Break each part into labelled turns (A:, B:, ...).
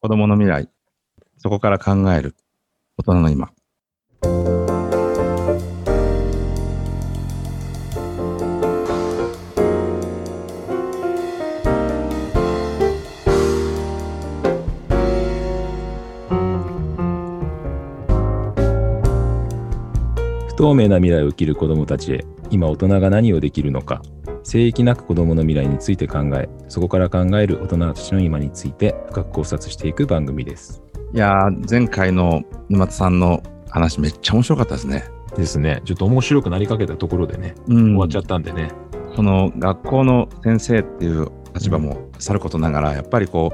A: 子供の未来、そこから考える、大人の今。
B: 不透明な未来を生きる子どもたちへ今大人が何をできるのか聖域なく子どもの未来について考えそこから考える大人たちの今について深く考察していく番組です
A: いやー、前回の沼田さんの話めっちゃ面白かったですね。
C: ですね。ちょっと面白くなりかけたところでね、
A: うん
C: 終わっちゃったんでね。
A: その学校の先生っていう立場もさることながら、やっぱりこ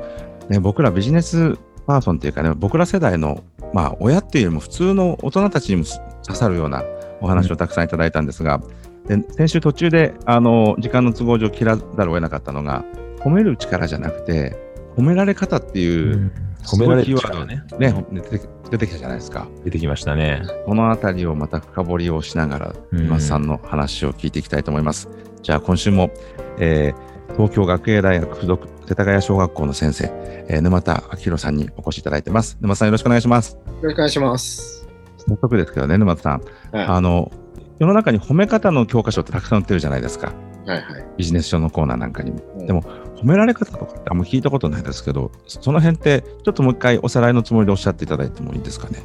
A: う、ね、僕らビジネスパーソンっていうかね、僕ら世代の、まあ、親っていうよりも普通の大人たちにも刺さるようなお話をたくさんいただいたんですが、で先週途中であの時間の都合上切らざるを得なかったのが、褒める力じゃなくて、褒められ方っていう、
B: 褒められ
A: す
B: る
A: ごいキー
B: 力
A: ワード
B: がね
A: ね、出て出てきたじゃないですか。
B: 出てきましたね
A: このあたりをまた深掘りをしながら、
B: うん
A: 今さんの話を聞いていきたいと思います。じゃあ今週も、えー東京学芸大学附属世田谷小学校の先生、えー沼田明宏さんにお越しいただいてます。沼田さんよろしくお願いします。
D: よろしくお願いします。
A: 早速ですけどね、沼田さん。
D: はい
A: あの、世の中に褒め方の教科書ってたくさん売ってるじゃないですか。
D: はいはい。
A: ビジネス書のコーナーなんかにも。
D: うん
A: でも、褒められ方とかってあんま聞いたことないですけど、その辺ってちょっともう一回おさらいのつもりでおっしゃっていただいてもいいですかね。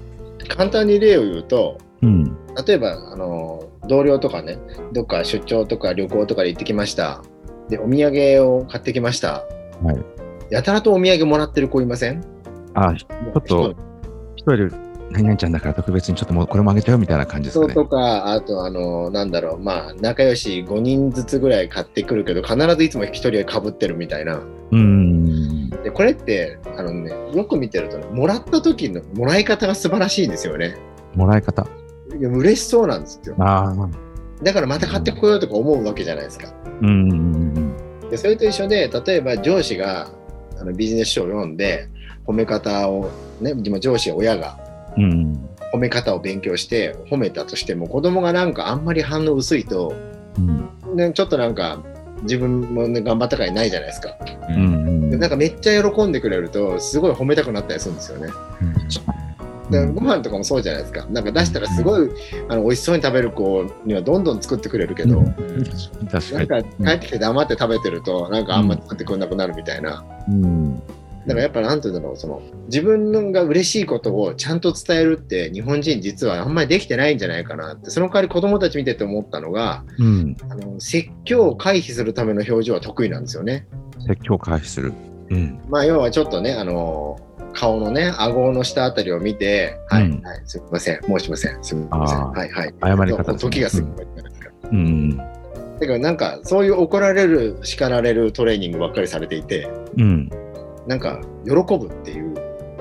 D: 簡単に例を言うと、
A: うん。
D: 例えば、あの、同僚とかね、どっか出張とか旅行とかで行ってきました。で、お土産を買ってきました。
A: はい。
D: やたらとお土産もらってる子いませんち
A: あ、ちょっと、一人で何々ちゃんだから特別にちょっともうこれもあげちゃうみたいな感じです
D: 人
A: かね。
D: とか、あと、あの、なんだろう、まあ、仲良し5人ずつぐらい買ってくるけど、必ずいつも一人で被ってるみたいな。
A: うん。
D: で、これって、あのね、よく見てると、ね、もらった時のもらい方が素晴らしいんですよね。
A: もらい方。
D: いや嬉しそうなんですよ。
A: ああ。
D: だからまた買ってこようとか思うわけじゃないですか。
A: うん。
D: でそれと一緒で例えば上司があのビジネス書を読んで褒め方をねでも上司や親が
A: うん。
D: 褒め方を勉強して褒めたとしても子供がなんかあんまり反応薄いと、
A: うん。
D: ね、ちょっとなんか自分も、ね、頑張ったからないじゃないですか
B: う
A: うんん。
D: でなんかめっちゃ喜んでくれるとすごい褒めたくなったりするんですよねでご飯とかもそうじゃないですかなんか出したらすごいあの美味しそうに食べる子にはどんどん作ってくれるけど、
A: 確
D: なん
A: か
D: か帰ってきて黙って食べてるとなんかあんま作ってくれなくなるみたいな、
A: に。うん。
D: だからやっぱなんていうんだろうその自分が嬉しいことをちゃんと伝えるって日本人実はあんまりできてないんじゃないかなってその代わり子供たち見てて思ったのが
A: うん。
D: あの説教を回避するための表情は得意なんですよね。
A: 説教回避する。うん。
D: まあ要はちょっとねあの顔のね顎の下あたりを見て「はい、
A: うん
D: はい、すみません申しませんすみません
A: あー
D: はいはい」
A: 謝り方ですね
D: 時が過ぎるじゃないですか。
A: うん。
D: だからなんかそういう怒られる叱られるトレーニングばっかりされていて
A: うん。
D: なんか喜ぶっていう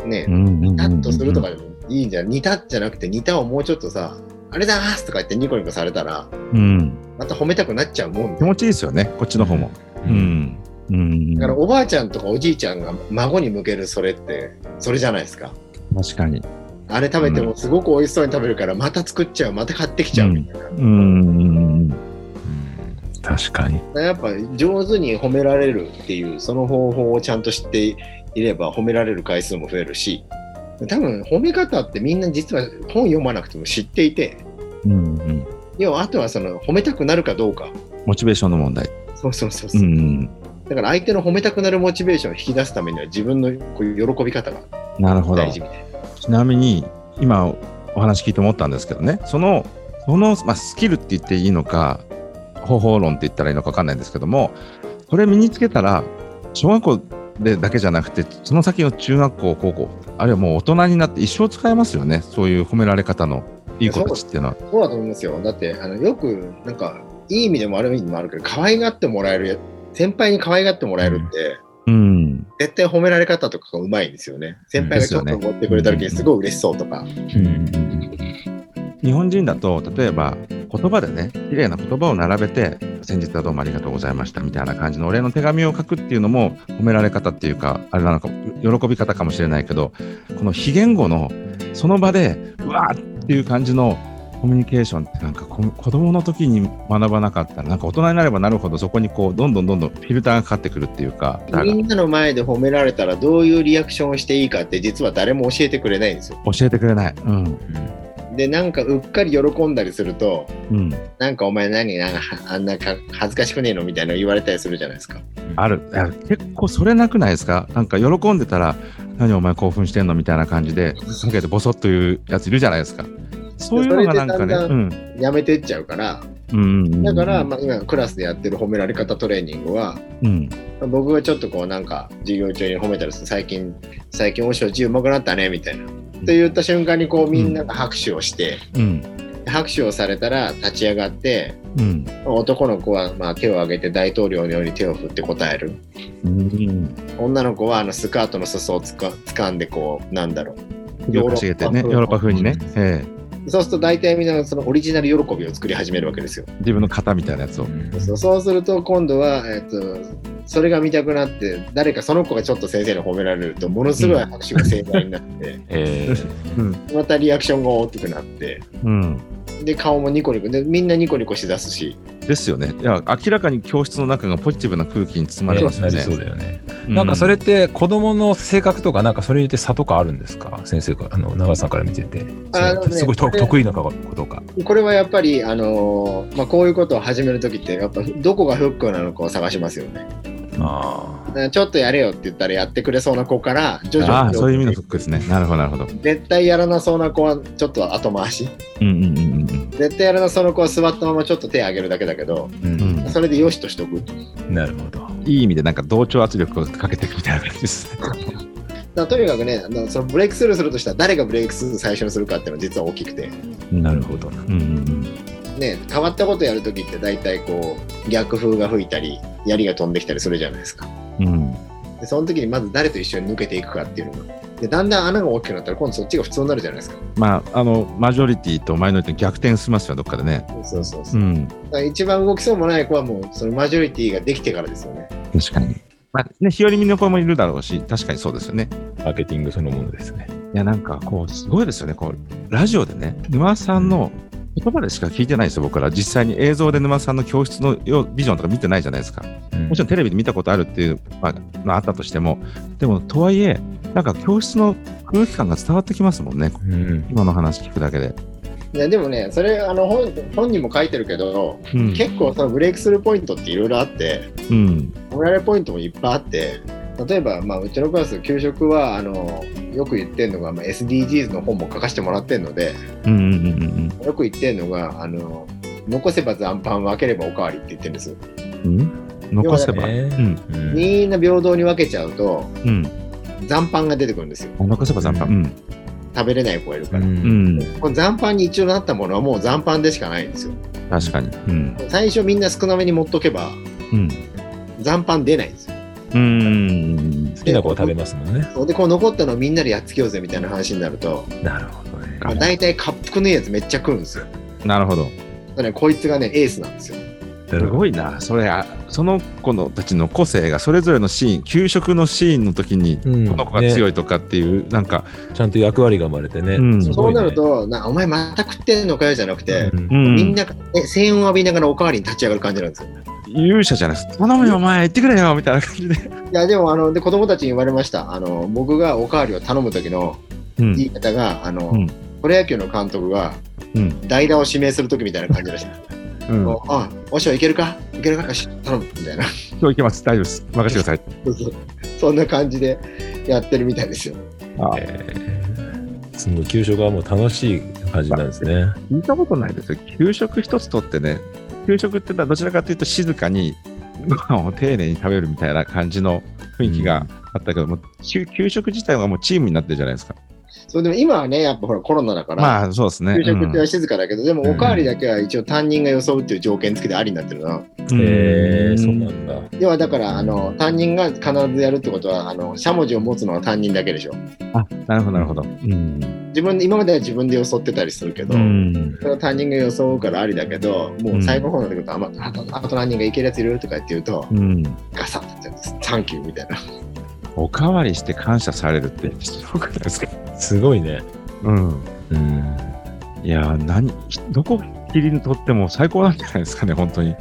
D: ね、ニタッとするとか。でもいいんじゃん、ニタッじゃなくてニタをもうちょっとさあれだーすとか言ってニコニコされたら
A: うん。
D: また褒めたくなっちゃうもん
A: 気
D: だ
A: 持ちいいですよね。こっちの方も。うん。うん。
D: だからおばあちゃんとかおじいちゃんが孫に向けるそれってそれじゃないですか
A: 確かに。
D: あれ食べてもすごく美味しそうに食べるからまた作っちゃうまた買ってきちゃうみたいな、
A: うん。
B: 確かに
D: やっぱ上手に褒められるっていうその方法をちゃんと知っていれば褒められる回数も増えるし多分褒め方ってみんな実は本読まなくても知っていて
A: うん。
D: 要はあとはその褒めたくなるかどうか
A: モチベーションの問題。
D: そうそうそうそうう、
A: ん。
D: だから相手の褒めたくなるモチベーションを引き出すためには自分のこういう喜び方が
A: なるほど
D: 大。事みたいな。
A: ちなみに今お話聞いて思ったんですけどねそのその、まあ、スキルって言っていいのか方法論って言ったらいいのか分かんないんですけどもそれ身につけたら小学校でだけじゃなくてその先の中学校高校あるいはもう大人になって一生使えますよねそういう褒められ方のいい子たちっていうのは。
D: そうだと思いますよ。だってあのよくなんかいい意味でも悪い意味でもあるけど可愛がってもらえる先輩に可愛がってもらえるって、
A: うん、
D: 絶対褒められ方とかがうまいんですよね。先輩がちょっと
A: ですよね
D: 思ってくれた時にすごい嬉しそうとか。
A: 日本人だと例えば言葉でね綺麗な言葉を並べて先日はどうもありがとうございましたみたいな感じのお礼の手紙を書くっていうのも褒められ方っていうかあれなのか喜び方かもしれないけどこの非言語のその場でうわーっていう感じのコミュニケーションってなんかこ子供の時に学ばなかったらなんか大人になればなるほどそこにこうどんどんどんどんフィルターがかかってくるっていうかだから
D: みんなの前で褒められたらどういうリアクションをしていいかって実は誰も教えてくれないんですよ。
A: 教えてくれない。うん
D: でなんかうっかり喜んだりすると
A: うん、
D: なんかお前何なんかあんなか恥ずかしくねえのみたいなの言われたりするじゃないですか。
A: あるある結構それなくないですかなんか喜んでたら何お前興奮してんのみたいな感じでかけてボソッというやついるじゃないですかそういうのがなんかね
D: それでだんだん
A: うん
D: やめてっちゃうから
A: うんうんうん
D: だから、まあ、今クラスでやってる褒められ方トレーニングは
A: うん
D: 僕がちょっとこうなんか授業中に褒めたりする最近最近おしょ字うまくなったねみたいな。って言った瞬間にこうみんなが拍手をして、
A: うん
D: 拍手をされたら立ち上がって
A: うん
D: 男の子はまあ手を挙げて大統領のように手を振って答える
A: うん
D: 女の子はあのスカートの裾をつか掴んでこうなんだろう
A: 首をかしげてねヨ
D: ヨ
A: ー
D: ー
A: ロ
D: ロ
A: ッ
D: ッ
A: パ
D: パ
A: 風
D: 風
A: に
D: に
A: ね、え
D: そうすると大体みんなそのオリジナル喜びを作り始めるわけですよ
A: え自分の型みたいなやつを
D: そうそうすると今度は、えっと、それが見たくなって誰かその子がちょっと先生に褒められるとものすごい拍手が盛大にな って、
C: え ー
A: うん
D: またリアクションが大きくなって
A: うん
D: で顔もニコニコでみんなニコニコしだすし
A: ですよねいや明らかに教室の中がポジティブな空気に包まれますよ
C: なり
A: ね
C: そうだよね。
A: う
B: なんかそれって子供の性格とか、なんかそれによって差とかあるんですか先生か、あの、長さんから見てて。
D: あの
B: そう
D: ね
B: すごいと
D: これ
B: 得意なことか。
D: これはやっぱり、あのーまあ、こういうことを始める時ってやっぱどこがフックなのかを探しますよね
B: あ
D: だからちょっとやれよって言ったらやってくれそうな子から徐
A: あ
D: 々
A: あ
D: に
A: そういう意味のフックですねなるほどなるほど
D: 絶対やらなそうな子はちょっと後回し
A: うんうんうんうん
D: 絶対やらなそうな子は座ったままちょっと手を挙げるだけだけど
B: う。
A: うんん
D: それでよしとしとく
B: なるほど。
A: いい意味でなんか同調圧力をかけていくみたいな感じですね
D: だからとにかくねあのそのブレイクスルーするとしたら誰がブレイクスルー最初にするかっていうのは実は大きくて、
B: なるほどな。
A: うんうんうん
D: ね、変わったことやるときって大体こう逆風が吹いたり槍が飛んできたりするじゃないですか
A: うん、
D: でその時にまず誰と一緒に抜けていくかっていうのがでだんだん穴が大きくなったら今度そっちが普通になるじゃないですか
A: まああのマジョリティとマイノリティの逆転しますよどっかでね、
D: そうそうそうう、
A: ん、
D: だから一番動きそうもない子はもうそのマジョリティができてからですよね
A: 確かに、まあね、日和見の子もいるだろうし確かにそうですよね
B: マーケティングそのものですね。
A: いやなんかこうすごいですよねこうラジオでね沼さんの言葉でしか聞いてないんですよ僕ら実際に映像で沼さんの教室のようビジョンとか見てないじゃないですかもちろんテレビで見たことあるっていう、まあ、まああったとしてもでもとはいえなんか教室の空気感が伝わってきますもんね
B: うん。
A: 今の話聞くだけで、
D: ででもねそれあの本本人も書いてるけど、
A: うん
D: 結構そのブレイクスルーポイントっていろいろあって、
A: うん
D: 褒められポイントもいっぱいあって例えば、まあ、うちのクラス給食はあのよく言ってるのが、まあ、SDGs の本も書かせてもらってるので
A: うんうんうんうん
D: よく言ってるのがあの残せば残飯分ければおかわりって言ってるんですよ
A: うんうん残せば、
B: ね
A: うん
B: うん
D: みんな平等に分けちゃうと
A: うん
D: 残飯が出てくるんですよ
A: 残せば残飯、
B: う
A: うん
D: 食べれない子がいるから、
A: う
B: うん
A: ん、
D: この残飯に一応なったものはもう残飯でしかないんですよ
A: 確かに。うん。
D: 最初みんな少なめに持っとけば
A: うん。
D: 残飯出ないんですよ
A: うん。
B: 好きな子を食べますもんね。
D: でこう残ったのをみんなでやっつけようぜみたいな話になると、
B: なるほどね。
D: まあ、大体かっぷくねえやつめっちゃ食うんですよ
A: なるほど。
D: だからねこいつがねエースなんですよ
B: な
A: す
B: るほど
A: ごいな。それ、あその子のたちの個性がそれぞれのシーン、給食のシーンの時に、
B: うん
A: この子が強いとかっていう、なんか、
B: ちゃんと役割が生まれてね。
A: うん
B: す
D: そ
B: ご
D: う
B: いね
D: なる、と、なお前また食ってんのかよじゃなくて、
B: うん
A: うん
D: みんながえ声援を浴びながらおかわりに立ち上がる感じなんですよ。
A: 勇者じゃないです。頼むよ、お前、行ってくれよみたいな感じで。
D: いやでもあので子供たちに言われましたあの僕がおかわりを頼む時の
A: うん
D: 言い方が、あの
A: うん
D: プロ野球の監督が
A: うん。
D: 代打を指名する時みたいな感じらしい。
A: うん。
D: こうあおしょいけるかいけるかよし頼むみたいな
A: 今日 行けます。大丈夫です。任せてください。
D: そんな感じでやってるみたいですよ。
A: あ
B: その給食はもう楽しい感じなんですね。
A: 聞いたことないですよ。給食一つとってね、給食ってのはどちらかというと静かに ご飯を丁寧に食べるみたいな感じの雰囲気があったけども、給給食自体はもうチームになってるじゃないですか。
D: それでも今はねやっぱほらコロナだから、
A: まあそうですね。
D: 給食って
A: う
D: は静かだけど、でもおかわりだけは一応担任が装うっていう条件付きでありになってるな。
A: ん
B: へえ、そうな
A: うん
B: だ。
D: 要はだからあの担任が必ずやるってことはあのしゃもじを持つのは担任だけでしょ
A: あなるほどなるほど。うん。
D: 自分今までは自分でよそってたりするけど、
A: うん
D: それは担任がよそうからありだけどもう最後の方になってくると、あまあとあと何人がいけるやついるとかって言うと、
A: うん、
D: ガサッてサンキューみたいな
A: おかわりして感謝されるってすごくないですか、
B: すごいね。
A: うん、
B: うん。
A: いやー、何、どこ切り取っても最高なんじゃないですかね、本当に。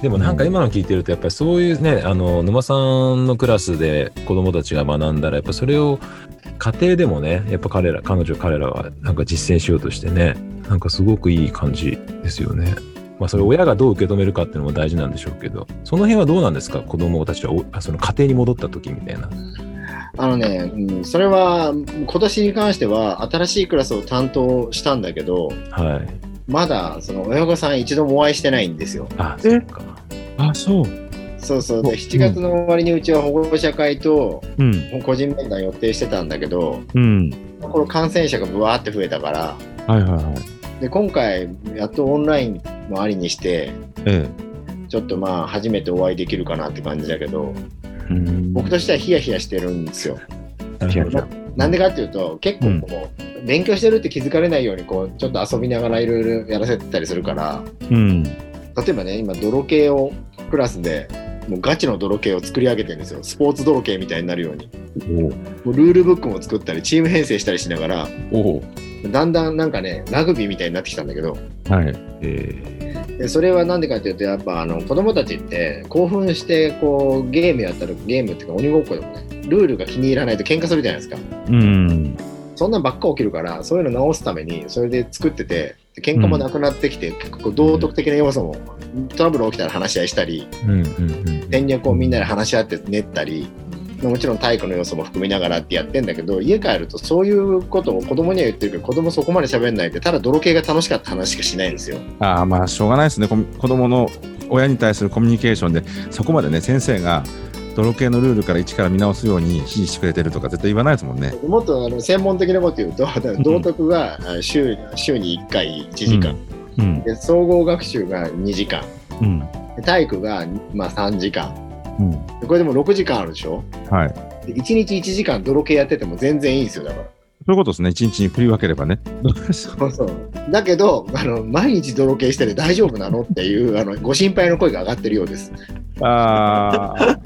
C: でもなんか今の聞いてるとやっぱりそういうねあの沼さんのクラスで子供たちが学んだらやっぱそれを家庭でもねやっぱ彼ら彼女彼らはなんか実践しようとしてねなんかすごくいい感じですよね。まあそれ親がどう受け止めるかっていうのも大事なんでしょうけどその辺はどうなんですか子供たちはおあその家庭に戻った時みたいな。
D: あのね、うん、それは今年に関しては新しいクラスを担当したんだけど
C: はい、
D: まだその親御さん一度もお会いしてないんですよ。
C: あ
A: え
C: そっか
A: あ、そう。
D: そうそうで7月の終わりにうちは保護者会と
A: うん、
D: 個人面談予定してたんだけど
A: うん。
D: この感染者がぶわーって増えたから
A: はいはいはい。
D: で今回やっとオンラインもありにして
A: え
D: ちょっとまあ初めてお会いできるかなって感じだけど
A: え。うん
D: 僕としてはヒヤヒヤしてるんですよ。
C: なるほど
D: なんでかっていうと結構こう、勉強してるって気づかれないようにこうちょっと遊びながらいろいろやらせてたりするから
A: うん。
D: 例えばね今泥系をクラスでもうガチの泥系を作り上げてるんですよスポーツ泥系みたいになるようにもうルールブックも作ったりチーム編成したりしながら
A: おお。
D: だんだんなんかねラグビーみたいになってきたんだけど
A: はい。
C: え
D: でそれはなんでかっていうとやっぱあの子供たちって興奮してこうゲームやったらゲームっていうか鬼ごっこでもねルールが気に入らないと喧嘩するじゃないですか
A: うん。
D: そんなんばっか起きるからそういうの直すためにそれで作っててで喧嘩もなくなってきて、結構道徳的な要素もトラブル起きたら話し合いしたり
C: ーうんうんうん
D: 戦略をみんなで話し合って練ったりもちろん体育の要素も含みながらってやってんだけど家帰るとそういうことを子供には言ってるけど子供そこまで喋んないでただ泥系が楽しかった話しかしないんですよ。
A: ああ、まあ、しょうがないですね。こ子供の親に対するコミュニケーションで、そこまでね、先生が泥系のルールから一から見直すように指示してくれてるとか、絶対言わないですもんね。
D: もっとあの専門的なこと言うと だから道徳があ週週に1回1時間、
A: うん。
D: で総合学習が2時間
A: うん。
D: で体育が、まあ、3時間
A: うん。
D: でこれでも6時間あるでしょ
A: はい。
D: で1日1時間泥系やってても全然いいんですよだから
A: そういうことですね。一日に振り分ければね。
D: そうそうだけどあの毎日泥系してて大丈夫なのっていう あのご心配の声が上がってるようです
A: ああ、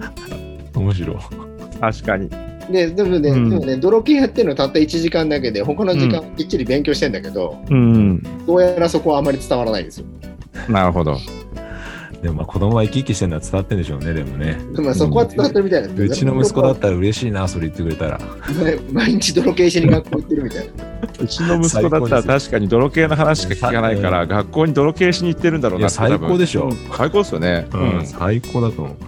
C: 面白い。
A: 確かに。
D: ででもね、
A: うん
D: でもね泥系やってるのたった1時間だけで他の時間きっちり勉強してんだけど、
A: うん。
D: どうやらそこはあまり伝わらないんですよ、
A: なるほど。
C: でもまあ子供は生き生きしてるのは伝わってるんでしょうねでもね。
D: まあ、そこは伝わってるみたいなんです
C: うちの息子だ
D: だ
C: ったら嬉しいな、それ言ってくれたら。
D: 毎日泥系しに学校行ってるみたいな
A: うちの息子だったら確かに泥系の話しか聞かないから、学校に泥系しに行ってるんだろうなって
C: いや最高でし
A: 多
C: ょ
A: 分最高ですよね。
C: うん、最高だと思う。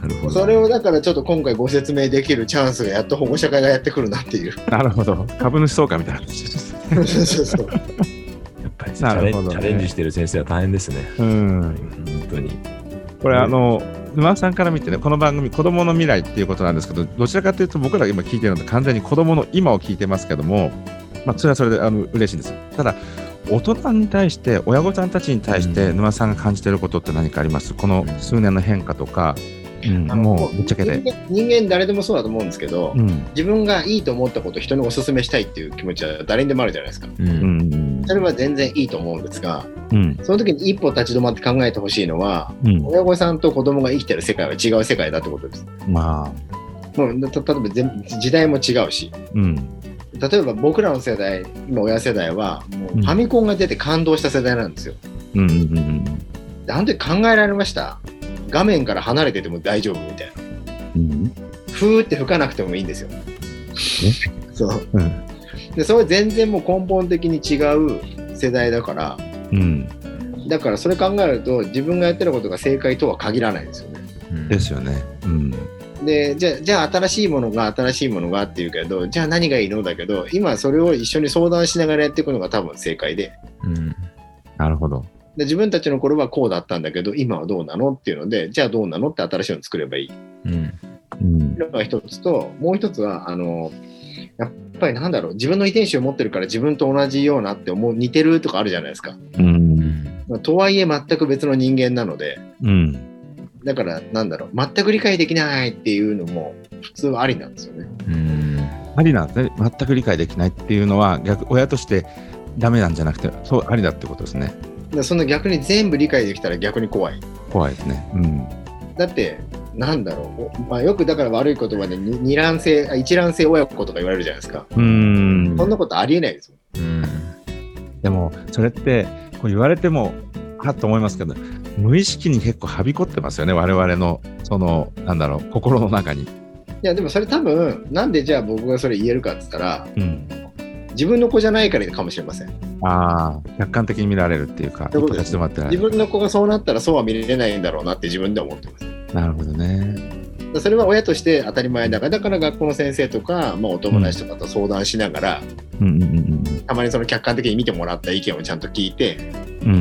C: なるほど。
D: それをだからちょっと今回ご説明できるチャンスがやっと保護者会がやってくるなっ ていう
A: なるほど。株主総会みたいな話です。
D: そうそうそう
C: やっぱりチ
A: な
C: ャレ
A: るほ
C: ン
A: どね
C: チャレンジしてる先生は大変ですね。
A: うん
C: 本当に。
A: これあの沼さんから見てねこの番組「子どもの未来」っていうことなんですけどどちらかというと僕らが今聞いてるのは完全に子どもの今を聞いてますけども、まあ、それはそれであの嬉しいんですただ大人に対して親御さんたちに対して
C: うん
A: 沼さんが感じてることって何かありますこの数年の変化とか、うん
D: あの
A: もうぶっちゃけで。
D: 人間人間誰でもそうだと思うんですけど、
A: うん
D: 自分がいいと思ったことを人にお勧めしたいっていう気持ちは誰にでもあるじゃないですか
C: うん
A: う。ん
D: それは全然いいと思うんですが
A: うん
D: その時に一歩立ち止まって考えてほしいのは
A: うん
D: 親御さんと子供が生きてる世界は違う世界だってことです
A: ま
D: もうた例えば全時代も違うし
A: あうん
D: 例えば僕らの世代今親世代はもうファミコンが出て感動した世代なんですよ、
A: うんうんうん
D: であの時考えられました画面から離れてても大丈夫みたいな
A: うん
D: ふーって吹かなくてもいいんですよそう
A: うん
D: でそれは全然もう根本的に違う世代だから
A: うん
D: だからそれ考えると自分がやってることが正解とは限らないですよね
C: うん
A: ですよねうん
D: でじゃあじゃあ新しいものが新しいものがっていうけどじゃあ何がいいのだけど今それを一緒に相談しながらやっていくのが多分正解で
C: うん
A: なるほど
D: で自分たちの頃はこうだったんだけど今はどうなのっていうのでじゃあどうなのって新しいの作ればいい
C: うん
A: うん
D: のが一つともう一つはあのやっぱりなんだろう自分の遺伝子を持ってるから自分と同じようなって思う似てるとかあるじゃないですか。
A: うん
D: とはいえ全く別の人間なので
A: うん
D: だからなんだろう全く理解できないっていうのも普通はありなんですよね。
C: うん
A: ありなんですね全く理解できないっていうのは逆親としてダメなんじゃなくてそうありだってことですね
D: だからその逆に全部理解できたら逆に怖い。
A: 怖いですねうん
D: だってなんだろう、おまあ、よくだから悪い言葉でに二卵性あ一卵性親子とか言われるじゃないですか。
A: うーん
D: そんなことありえないですもん
C: うん
A: でもそれってこう言われてもあっと思いますけど無意識に結構はびこってますよね我々のそのなんだろう心の中に。
D: いやでもそれ多分なんでじゃあ僕がそれ言えるかって言ったら
A: うん、
D: 自分の子じゃないからかもしれません
A: ああ客観的に見られるっていうか
D: そういうことで
A: 一発で
D: す
A: 待ってられ
D: 自
A: る
D: 分の子がそうなったらそうは見れないんだろうなって自分では思ってます
A: なるほどね。
D: それは親として当たり前だからだから学校の先生とか、まあ、お友達とかと相談しながら、
A: うんうんうん
D: たまにその客観的に見てもらった意見をちゃんと聞いて
A: うん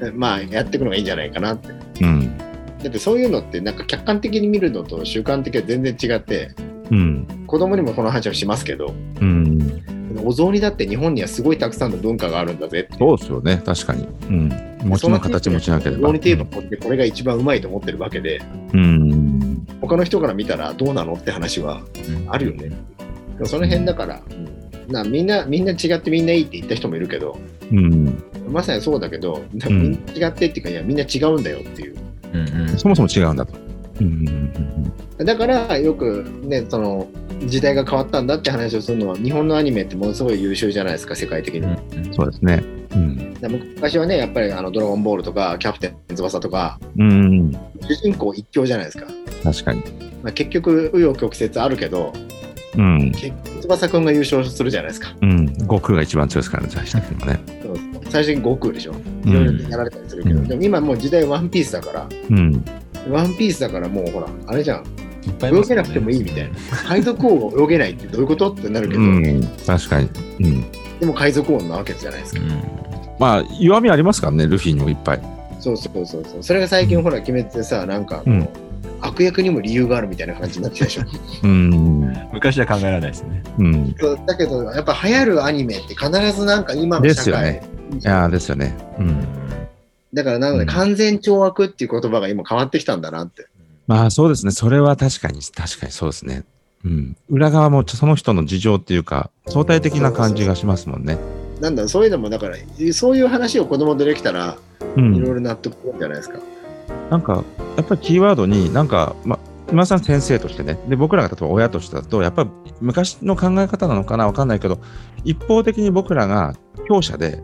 A: うんうん
D: まあやっていくのがいいんじゃないかなって
A: うん
D: だってそういうのってなんか客観的に見るのと習慣的は全然違って
A: うん
D: 子供にもこの話をしますけど
A: うん
D: お雑煮だって日本にはすごいたくさんの文化があるんだぜって
A: そうですよね確かに。うん持ちの形もしなければ。
D: お雑煮といえばこれでこれが一番うまいと思ってるわけで
A: うん
D: 他の人から見たらどうなのって話はあるよね。でもその辺だから、なみんなみんな違ってみんないいって言った人もいるけど
A: うん、
D: まさにそうだけど、み
A: ん
D: んな違ってっていうか、いや、みんな違うんだよっていう。
C: うんうん
A: そもそも違うんだと。うんうん
D: だから、よくね、その、時代が変わったんだって話をするのは、日本のアニメってものすごい優秀じゃないですか、世界的に。
C: うん
A: うんそうですね。うん
D: で昔はね、やっぱり、あの、ドラゴンボールとか、キャプテン翼とか、
A: うんうん、
D: 主人公一強じゃないですか。
A: 確かに。
D: まあ、結局、紆余曲折あるけど、
A: うん
D: 結局、翼くんが優勝するじゃないですか。
A: うん、悟空が一番強いですからね、最終的にはね。
D: そう最終的に悟空でしょ。
A: う
D: いろいろ
A: ん
D: やられたりするけど、
A: うん
D: でも今もう時代ワンピースだから、
A: うん、
D: ワンピースだからもうほら、あれじゃん、
C: いっぱいいま
D: 泳
C: す
D: げ
C: よ
D: な
C: ね
D: くてもいいみたいな。海賊王が泳げないってどういうことってなるけど、
A: うん、確かに。うん、
D: でも海賊王なわけじゃないですか。
A: まあ、弱みありますからね、ルフィにもいっぱい。
D: そうそうそうそう。それが最近ほら、決めてさ、なんか、
A: うん
D: 悪役にも理由があるみたいな感じになってたでしょ。
A: うん、
C: うん昔は考えられないですね。
A: うん、
D: そうだけど、やっぱ流行るアニメって必ずなんか今の
A: で
D: 社
A: すよ
D: 会。
A: ねいやーですよね。うん、
D: だからなので、
A: うん
D: 完全懲悪っていう言葉が今変わってきたんだなって。
A: まあ、そうですね、それは確かに、確かにそうですね。うん、裏側もその人の事情っていうか、相対的な感じがしますもんね。
D: なんだろう、そういうのもだから、そういう話を子供とできたら、
A: う
D: い
A: ん、
D: ろいろ納得するんじゃないですか。
A: なんか、やっぱりキーワードに、なんか、ま、今田さん先生としてね、で、僕らが例えば親としてだと、やっぱり昔の考え方なのかな、わかんないけど、一方的に僕らが強者で、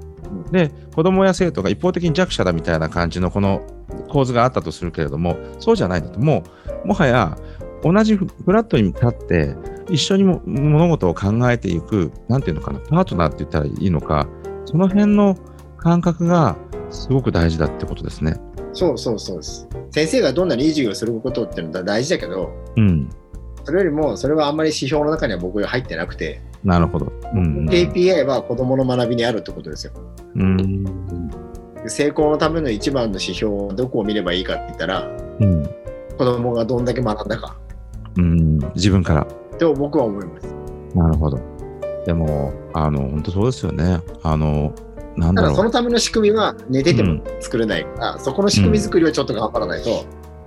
A: で、子供や生徒が一方的に弱者だみたいな感じのこの構図があったとするけれども、そうじゃないんだと、もう、もはや、同じフラットに立って、一緒にも物事を考えていく、なんていうのかな、パートナーって言ったらいいのか、その辺の感覚がすごく大事だってことですね。
D: そうそうそうです。先生がどんなにいい授業をすることっていうのは大事だけど、
A: うん。
D: それよりも、それはあんまり指標の中には僕は入ってなくて、
A: なるほど。うん。
D: KPI は子供の学びにあるってことですよ。
A: うん。
D: 成功のための一番の指標はどこを見ればいいかって言ったら、
A: うん。
D: 子供がどんだけ学んだか
A: うん。自分から。
D: と僕は思います。
A: なるほど。でも、あの、本当そうですよね。あの、なん
D: た
A: だ
D: だそ
A: ろ
D: のための仕組みは寝てて
A: う
D: も
A: ん
D: 作れないから、そこの仕組み作りをちょっと頑張らないと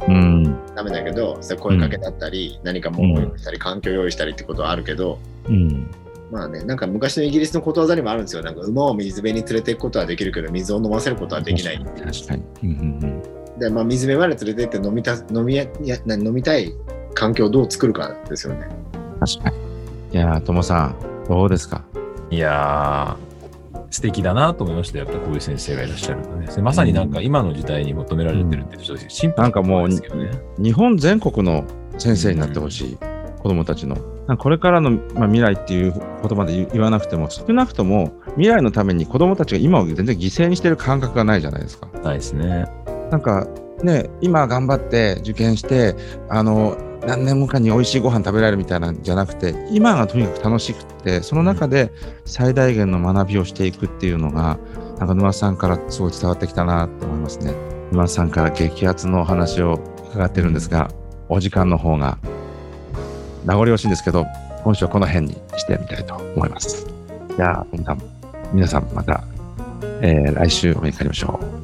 A: う。うん。
D: ダメだけど、それ声かけだったり、何か物を用意したり、環境を用意したりってことはあるけど、
A: うん。
D: まあね、なんか昔のイギリスのことわざにもあるんですよ。なんか馬を水辺に連れていくことはできるけど、水を飲ませることはできない。
A: 確かに。うんうん
D: で、まあ、水辺まで連れて行って飲みた飲みやいやな飲みたい環境をどう作るかですよね。
A: うん。確かに。いやー、ともさん、どうですか
C: いやー、素敵だなと思いましたよやっぱこういう先生がいらっしゃるのね。まさになんか今の時代に求められてるって、ちょっとシンプル
A: なんかもう
C: ですけどね。
A: 日本全国の先生になってほしい、子どもたちの。なんかこれからの、まあ、未来っていう言葉で言言わなくても、少なくとも未来のために子どもたちが今を全然犠牲にしてる感覚がないじゃないですか。
C: ないですね。
A: なんかね、今頑張って受験して、あの、何年後かに美味しいご飯食べられるみたいなんじゃなくて、今がとにかく楽しくって、その中で最大限の学びをしていくっていうのが、なんか沼津さんからすごい伝わってきたなと思いますね。沼津さんから激アツのお話を伺ってるんですが、お時間の方が名残惜しいんですけど、今週はこの辺にしてみたいと思います。じゃあ、皆さん、皆さんまた、えー来週お目にかかりましょう。